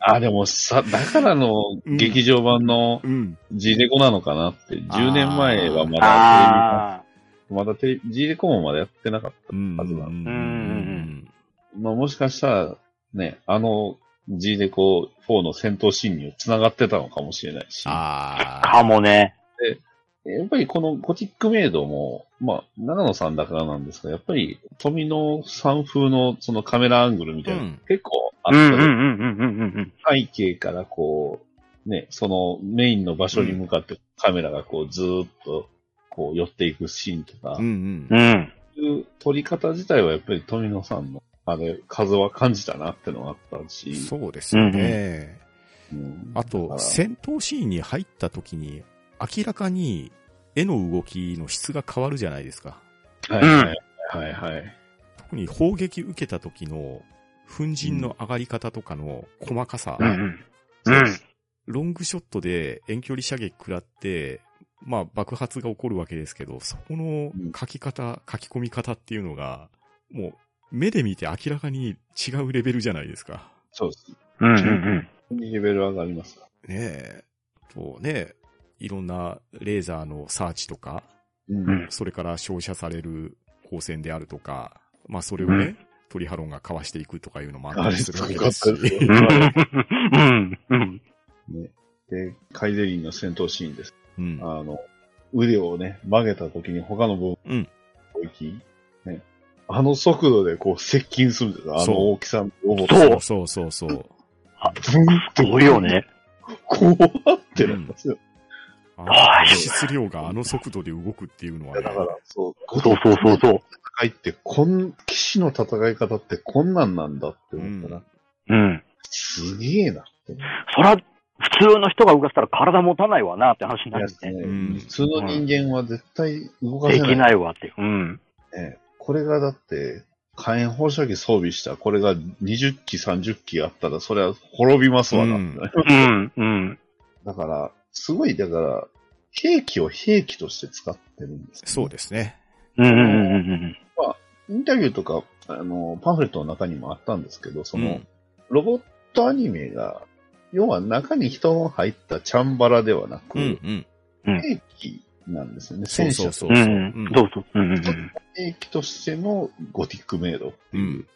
た。 あ、でもさ、だからのうん劇場版のうん。ジレコなのかなって、10年前はまう。だあテレビ、まだテレビ、ジレコもまだやってなかっうんはずなのうんうんた。まあもしかしたら、ね、あの、ジレコ4の戦闘シーンに繋がってたのかもしれないし。あ。ああ。かもね。やっぱりこのゴティックメイドも、まあ、長野さんだからなんですが、やっぱり富野さん風のそのカメラアングルみたいな、うん結構あっうたんりうんうんうんうんうん背景からこう、ね、そのメインの場所に向かってカメラがこうずーっとこう寄っていくシーンとか、うんううんん。う。ん。いう撮り方自体はやっぱり富野さんのあれ、数は感じたなってのがあったし、そうですよね。うんあだかと、ら戦闘シーンに入った時に、明らかに絵の動きの質が変わるじゃないですか。はいはいはいはい。特に砲撃受けた時の粉塵の上がり方とかの細かさ、うんそうですロングショットで遠距離射撃食らって、まあ爆発が起こるわけですけど、そこの書き方、書き込み方っていうのが、もう目で見て明らかに違うレベルじゃないですか。そうです。うんうんレベル上がりますかねえ。とね、いろんなレーザーのサーチとか、うんうんそれから照射される光線であるとか、まあそれをね、うんトリハロンがかわしていくとかいうのもあったりするわけあでれすすごかったですしよ。うん。うんうん。ね。で、カイゼリンの戦闘シーンです。うんあの、腕をね、曲げた時に他の部分、うん攻撃、ね。あの速度でこう接近するんですよあそうの大きさのロボット。そうそうそうそうそう。ブンってすごいよ。ね。こうなってるんですよ。あはのい質量があの速度で動くっていうのはねだ、から、そう、ゴそうそうそうそう。戦いって、こん、騎士の戦い方ってこんなんなんだって思ったら、うんうん。すげえなって。そら、普通の人が動かしたら体持たないわなって話になるいやね。ねうん普通の人間は絶対動かせでない。きないわって。うん。ねこれがだって、火炎放射器装備した、これが20機、30機あったら、それは滅びますわな、うんうん、うん。だから、すごい、だから、兵器を兵器として使ってるんです、そうですね。うん、うん、うんインタビューとか、あの、パンフレットの中にもあったんですけど、その、うんロボットアニメが、要は中に人の入ったチャンバラではなく、うんうん。兵器なんですよね。そう戦車そうそううん。うん、そうそう。うん、うん、兵器としてのゴティックメイドってういう。ん。だ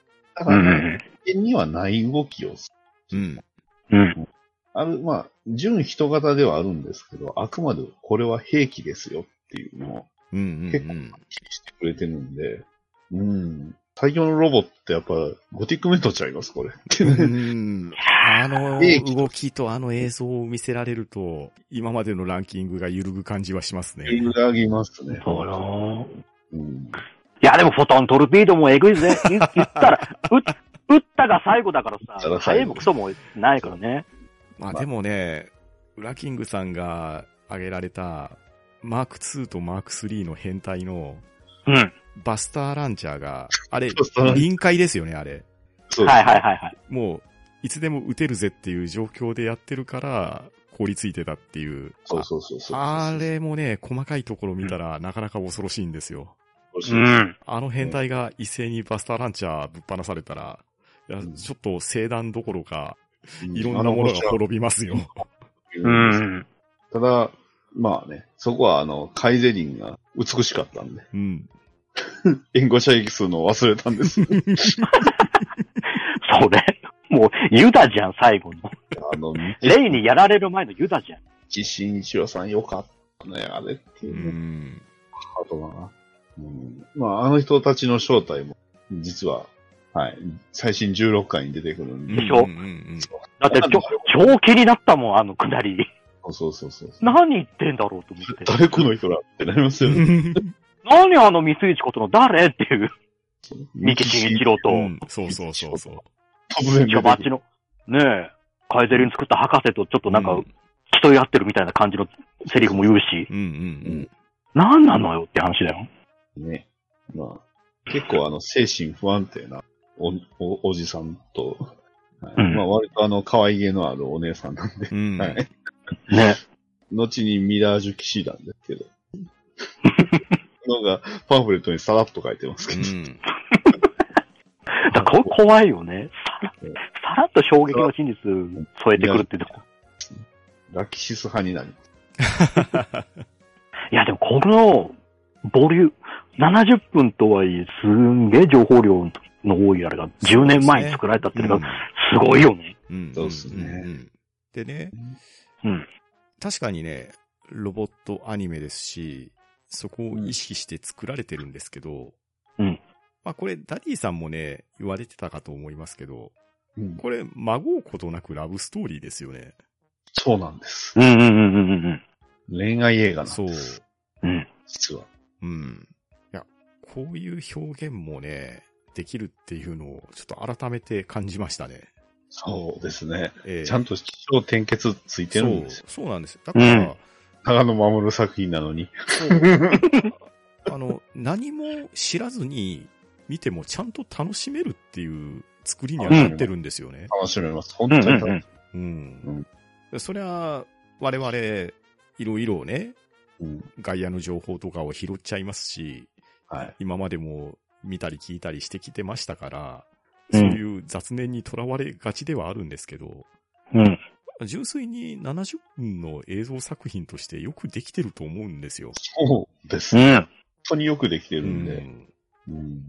うから、ん。人間にはない動きをする。うん。うん。ある、まあ、純人型ではあるんですけど、あくまでこれは兵器ですよっていうのをうんうん結う構ん。してくれてるんで、うん。最強のロボってやっぱ、ゴティックメイトちゃいます、これ。ってねうんあの兵器動きとあの映像を見せられると、今までのランキングが揺るぐ感じはしますね。裏切りますね。そうよ。うん。いや、でもフォトントルピードもえぐ いぜ。言ったら、う打ったが最後だからたさ、早だ最い後もクソもないからね。まあでもね、裏キングさんが挙げられた、マーク2とマーク3の変態のうん。はいバスターランチャーが、あ れバスターラン、チャー臨界ですよね、あれ。そうはいはいはい。もう、いつでも撃てるぜっていう状況でやってるから、凍りついてたっていう。そうそうそうそう。あれもね、細かいところ見たら、なかなか恐ろしいんですよ。うん。あの変態が一斉にバスターランチャーぶっ放されたら、いやうんちょっと静談どころか、うんいろんなものが滅びますよ。う。ん。ただ、まあね、そこはあの、カイゼリンが美しかったんで、うん。援護射撃するのを忘れたん です。それ、もうユダじゃん、最後の。あの、レイにやられる前のユダじゃん。岸慎一郎さんよかったね、あれってういうね。ん。ハートだな。うん、まあ、あの人たちの正体も、実は、はい、最新16回に出てくるんで。でしょうんうんうんだって、ちょ超気になったもん、あのくだり。そうそうそうそう。何言ってんだろうと思って。誰この人らってなりますよね。何あの三井一ことの誰っていう。三木慎一郎とう、ん。 そうそうそうそう。突然ちょ、出バッてくチる。の、ねえ、カエゼリン作った博士とちょっとなんうかん、競い合ってるみたいな感じのセリフも言うし、うんうん何なのよって話だよ。ね。まあ、結構あの、精神不安定なお、お、おじさんと、はいうんまあ、割とあの、可愛げのあるお姉さんなんで、うん。うんは。い。ね。後にミラージュ騎士団ですけど。のが、パンフレットにさらっと書いてますけうど。んだからこ怖いよね。さらさらっと衝撃の真実添えてくるってとこ。ラキシス派になります。いや、でもこの、ボリュー、70分とはいえ、すんげえ情報量の多いあれが、10年前に作られたっていうのが、すごいよね。うんそうっすねんんでね、うん。確かにね、ロボットアニメですし、そこを意識して作られてるんですけど、うん。まあこれ、ダディさんもね、言われてたかと思いますけど、うんこれ、孫うことなくラブストーリーですよね。そうなんです。うんうんうんうんうん恋愛映画なんそうで。す。うん。うん。実は。うん。いや、こういう表現もね、できるっていうのを、ちょっと改めて感じましたね。そうですね。ええちゃんと起承転結ついてるんですよ。そう、そうなんですよ。だから、うん長野守る作品なのに。あの、何も知らずに見てもちゃんと楽しめるっていう作りにはなってるんですよね。楽しめます。本当に楽しめますうん。そりゃ、我々、いろいろね、うん外野の情報とかを拾っちゃいますし、はい。今までも見たり聞いたりしてきてましたから、うそんういう雑念にとらわれがちではあるんですけど、うん。純粋に70分の映像作品としてよくできてると思うんですよ。そうですうん。ね。本当によくできてるうんで。んうん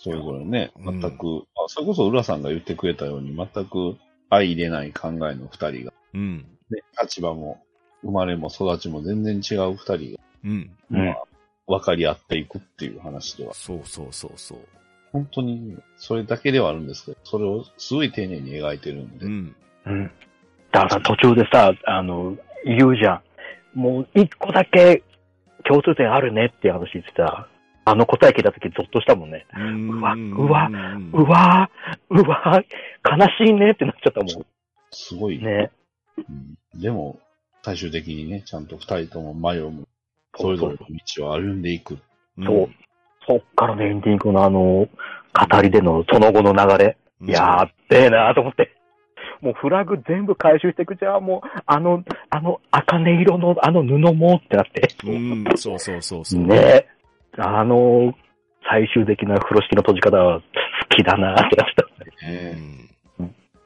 そういうことね。うん全く、あそれこそ浦さんが言ってくれたように、全く相入れない考えの二人が、うん。ね、立場も、生まれも育ちも全然違う二人が、うん。うんまあ、分かり合っていくっていう話では、そうそうそうそう。本当にそれだけではあるんですけど、それをすごい丁寧に描いてるんで、うん。うん。だからさ途中でさ、あの、言うじゃん。もう一個だけ共通点あるねって話言ってた。あの答え聞いた時ゾッとしたもんね。うわうわんうわー、うわー、悲しいねってなっちゃったもすごい、ん。ね。うんでも、最終的にね、ちゃんと二人とも迷う、それぞれの道を歩んでいく。そう。そっからのエンディングのあの、語りでのその後の流れ。うんやーっべえなーと思って。もうフラグ全部回収していくじゃん。もう、あの、あの、茜色のあの布もってなって。うん、そうそうそうそう。ねえ。あの、最終的な風呂敷の閉じ方は好きだなーってなった。うねん。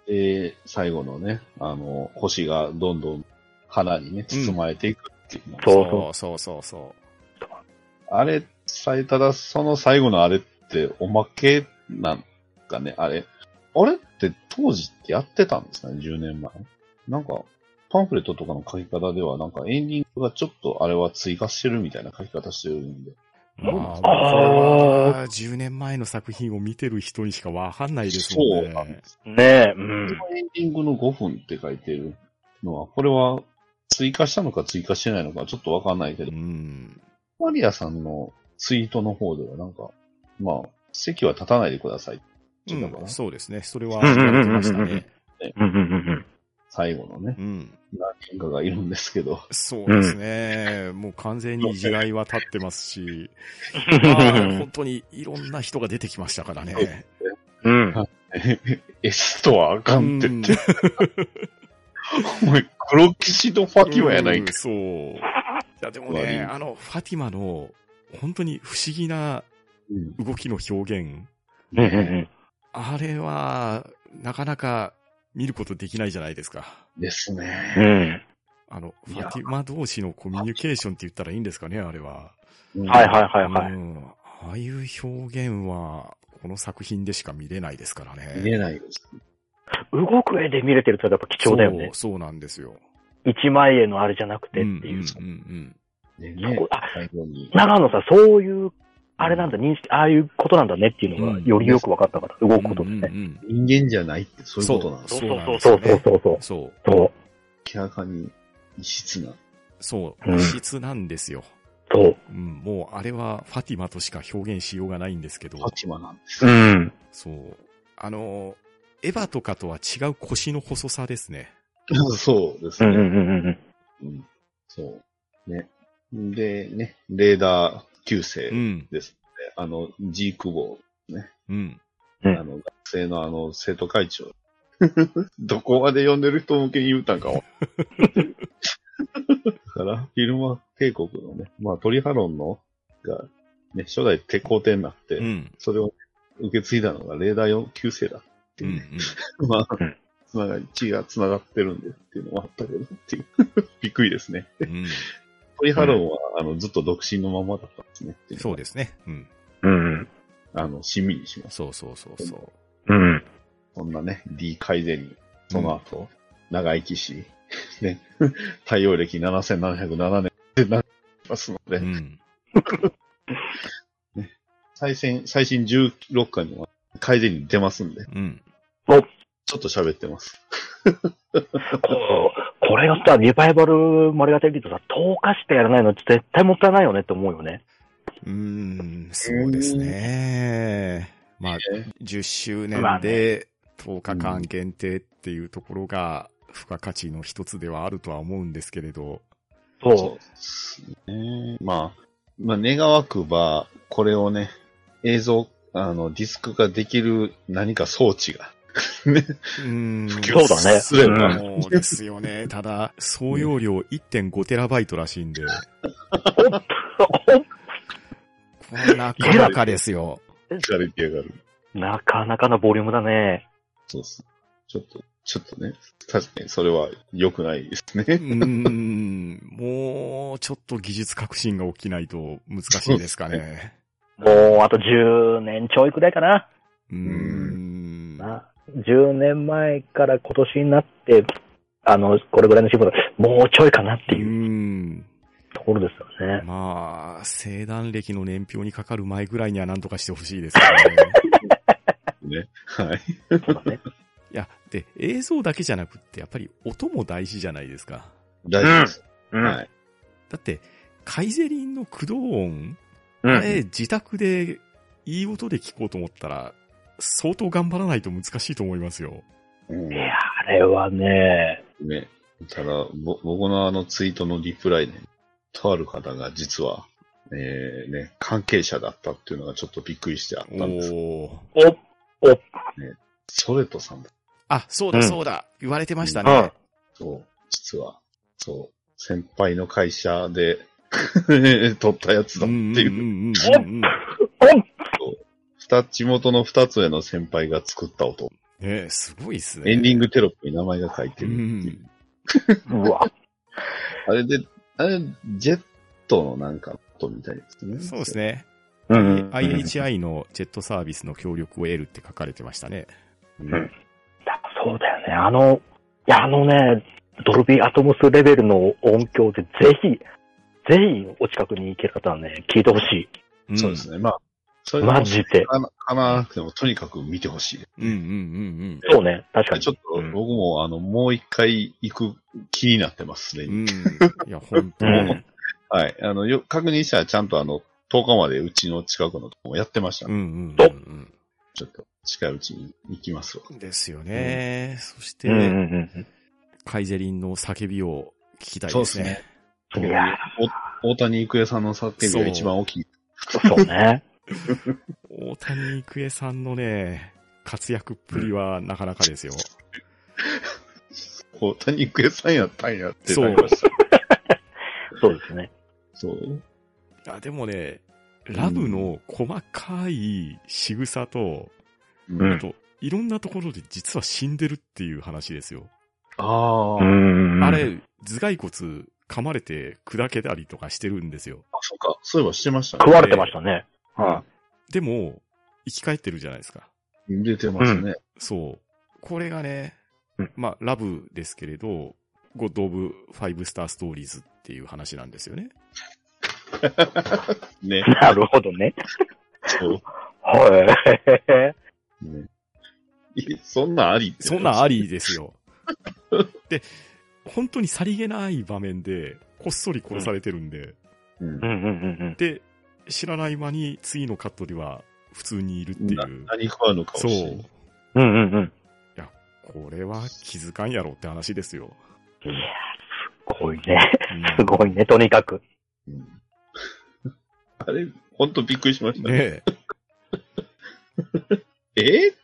で、最後のね、あの、星がどんどん花にね、包まれていくっていうの、そうそう。そうそうそうそあれ、さえただその最後のあれっておまけなんかね、あれ。あれって当時ってやってたんですかね、10年前。なんか、パンフレットとかの書き方では、なんかエンディングがちょっとあれは追加してるみたいな書き方してるんで。う。まあ、これは10年前の作品を見てる人にしかわかんないですもんね。そうなんです。ねえ、うこん。のエンディングの5分って書いてるのは、これは追加したのか追加してないのかちょっとわかんないけどう、ん。マリアさんのツイートの方ではなんか、まあ、席は立たないでください。うだからん、そうですね。それは言われてましたね。うんうんうん最後のね、うん。何人かがいるんですけど、 そうですね。もう完全に意地がいは立ってますし、ま あう本当にいろんな人が出てきましたからね。ん。うん。エスとはあかんってうっんて、お前、黒騎士のファキュアやないうんか。そう。いや、でも悪いね、あの、ファティマの、本当に不思議なうん動きの表現。うんうんあれは、なかなか見ることできないじゃないですか。ですうね。ん。あの、フいやァティマ同士のコミュニケーションって言ったらいいんですかね、あれはは。いい。はいはいはうい。ん。ああいう表現は、この作品でしか見れないですからね。見れないです。動く絵で見れてるとやっぱ貴重だよね。そう、そうなんですよ。一枚絵のあれじゃなくてっていう。うんうんでねそこあ、最後に。長野さん、そういう、あれなんだ、認識、ああいうことなんだねっていうのが、よりよく分かったから、動うん。くことでね。うんうんうん人間じゃないって、そういうことなんです。そうそうなんそうですそようそうね。そうそう。そう。そう、明らかに異質な。そう。うん異質なんですよ。そう。うん、もうあれはファティマとしか表現しようがないんですけどフ、ァチマなんです。うん。そう。あの、エヴァとかとは違う腰の細さですね。 そうですうね。んうんうんうん。うんそう。ね。で、ね、レーダー旧世うでん。す、ねあの、ジークボうん。うんあの、学生のあの、生徒会長。 どこまで呼んでる人向けに言うたんかを。だから、フィルマ帝国のね、まあ、トリハロンの、が、ね、初代鉄鋼艇になって、うん。それを受け継いだのがレーダー4旧世だってういうんね。まあうん、つながり、血が繋がってるんでっていうのもあったけどっていう。 びっくりですね。うん。トリハロンは、あの、ずっと独身のままだったんですねっていうのそうですね。うん。うん。あの、親身にします。そうそうそうそう。うん。そんなね、D カイゼに、その後、長生きし、 ね、太陽暦7707年でなりますので、うん。最新、最新16回には、改善に出ますんで、うん。ちょっと喋ってます。こう、これがさ、リバイバルマリアテリーとさ、投下してやらないのって絶対もったいないよねって思うよね。うーん、そうですね。まあ、10周年まあで10日間限定っていうところが、付加価値の一つではあるとは思うんですけれど。そう。ですね。まあ、まあ、願わくば、これをね、映像、あの、ディスクができる何か装置が、 ね、うーん。そうだねすれば、そうですよね。ただ、総容量1.5テラバイトらしいんで、おっ、おっこれなかなかですよ。疲れてやがる。なかなかなボリュームだね。そうっす。ちょっと、ちょっとね、確かにそれは良くないですうね。 ーん、もうちょっと技術革新が起きないと難しいですかね。もう、あと10年ちょいくらいかな。うーん。な10年前から今年になって、あの、これぐらいの規模だ。もうちょいかなってういー。うんところですよね。まあ、生団歴の年表にかかる前ぐらいには何とかしてほしいですよね。ね。はい。そうだね。いや、で、映像だけじゃなくって、やっぱり音も大事じゃないですか。大丈夫です。うん。はい。だって、カイゼリンの駆動音、うあん。れ、自宅でいい音で聞こうと思ったら、相当頑張らないと難しいと思いますよ。うんいや、あれはね、ね。ただ、ぼ僕のあのツイートのリプライで、とある方が実は、えー、ね、関係者だったっていうのがちょっとびっくりしてあったんです。おーお、お、ソレトさんだ。あ、そううだんそうだ、言われてましたうねん。。そう。実は、そう。先輩の会社で 撮ったやつだっていう。んうんうんうん。ねおん二地元の二つ上の先輩が作った音。えすごいっすね。エンディンググテロップに名前が書いてうるっていう。ん。うわ、あれで、あれ、ジェットのなんか音みたいですね。そうですね。うん。 IHI のジェットサービスの協力を得るって書かれてましたね。うん。だそうだよね。あの、いや、あのね、ドルビーアトムスレベルの音響で、ぜひ、ぜひ、お近くに行ける方はね、聞いてほしうんそうですね。まあ、そい。れがマジで。かな、かなわなくても、とにかく見てほしいでうんうんうんそうね、確かす。にちょっ。と、うん僕も、あの、もう一回行く気になってます、すでうに。 ん。うん。いや、本当うにん。はい。あの、よ、確認したら、ちゃんとあの、10日までうちの近くのとこもやってました、うねんうんとうんちょっと、近いうちに行きますわ。うん。ですよね。そしうんうて、んカイゼリンの叫びを聞きたいですね。うん。いや、お大谷育英さんの叫びが一番大きい。そうね。大谷育英さんのね、活躍っぷりはなかなかですよ。大谷育英さんやったんやってそうなりました。そうですね。そう。あでもね、ラブの細かい仕草と、ううんん。あと、いろんなところで実は死んでるっていう話ですよ。ああ、んあれ、頭蓋骨噛まれて砕けたりとかしてるんですよ。あそうか。そういえばしてましたね食。われてましたね。はでも、生き返ってるじゃないですか。い。出てますね。そう。これがねうん、まあ、ラブですけれど、ゴッド・オブ・ファイブ・スター・ストーリーズっていう話なんですよね。ね。 なるほどね。そう。はい。ね、いそんなんありってそんなんありです よ。で、本当にさりげない場面で、こっそり殺されてるんで、うんうんうんうんで、知らない間に次のカットでは普通にいるっていなう。何食わぬ顔そう。している。うん。うんうんうん。や、これは気づかんやろって話ですよ。いや、すごいね。うすんごいね、とにかく。うん、あれ、ほんとびっくりしました。ね、ねえ。えー、っ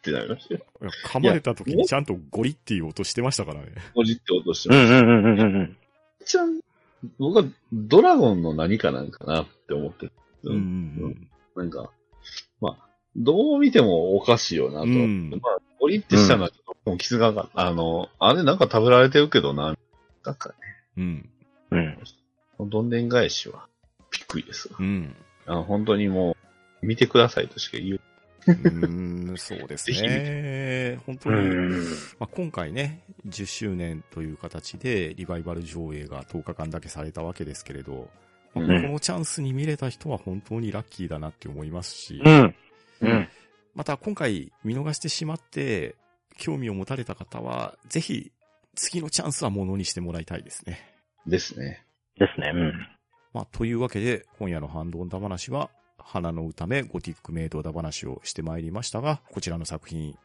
てなりましたよ。いや噛まれた時にちゃんとゴリっていう音してましたからね。文字って音してうましんうんうんうんうん。た。ちゃん、僕はドラゴンの何かなんかなって思ってる。うんうんなんか、まあ、どう見てもおかしいよなと。うんまあ、ゴリってしたのはちょっともう傷がか、あの、あれなんか食べられてるけどな。なんか、うん。うん。うん。どんでん返しは、びっくりですわ。うん。あの本当にもう、見てくださいとしか言う。 うん、そうですね。本当うに、ん。まあ、今回ね、10周年という形でリバイバル上映が10日間だけされたわけですけれど、まあうんこのチャンスに見れた人は本当にラッキーだなって思いますし、うん。うん。また今回見逃してしまって、興味を持たれた方は、ぜひ、次のチャンスはものにしてもらいたいですね。ですね。ですね。うん。まあ、というわけで、今夜のハンドンダ話は、花の歌めゴティックメイドダ話をしてまいりましたが、こちらの作品、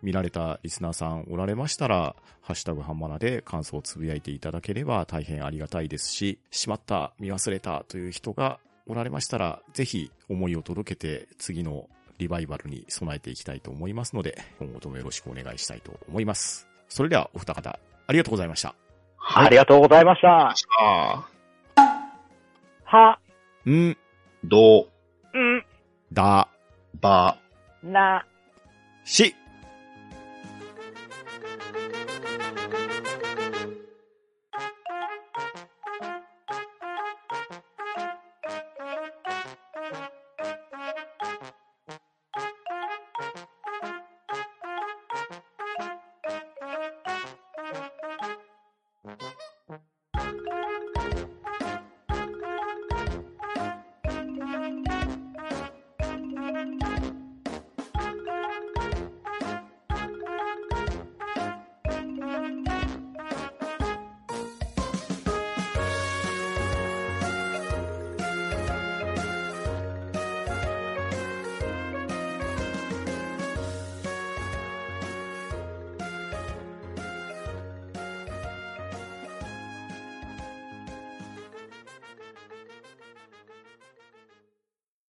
見られたリスナーさんおられましたら、ハッシュタグハンマナで感想をつぶやいていただければ大変ありがたいですし、しまった、見忘れたという人がおられましたら、ぜひ思いを届けて次のリバイバルに備えていきたいと思いますので、今後ともよろしくお願いしたいと思います。それではお二方、ありがとうございました。ありがとうございました。ああ、は、ん、ど、ん、だ、ば、な、し、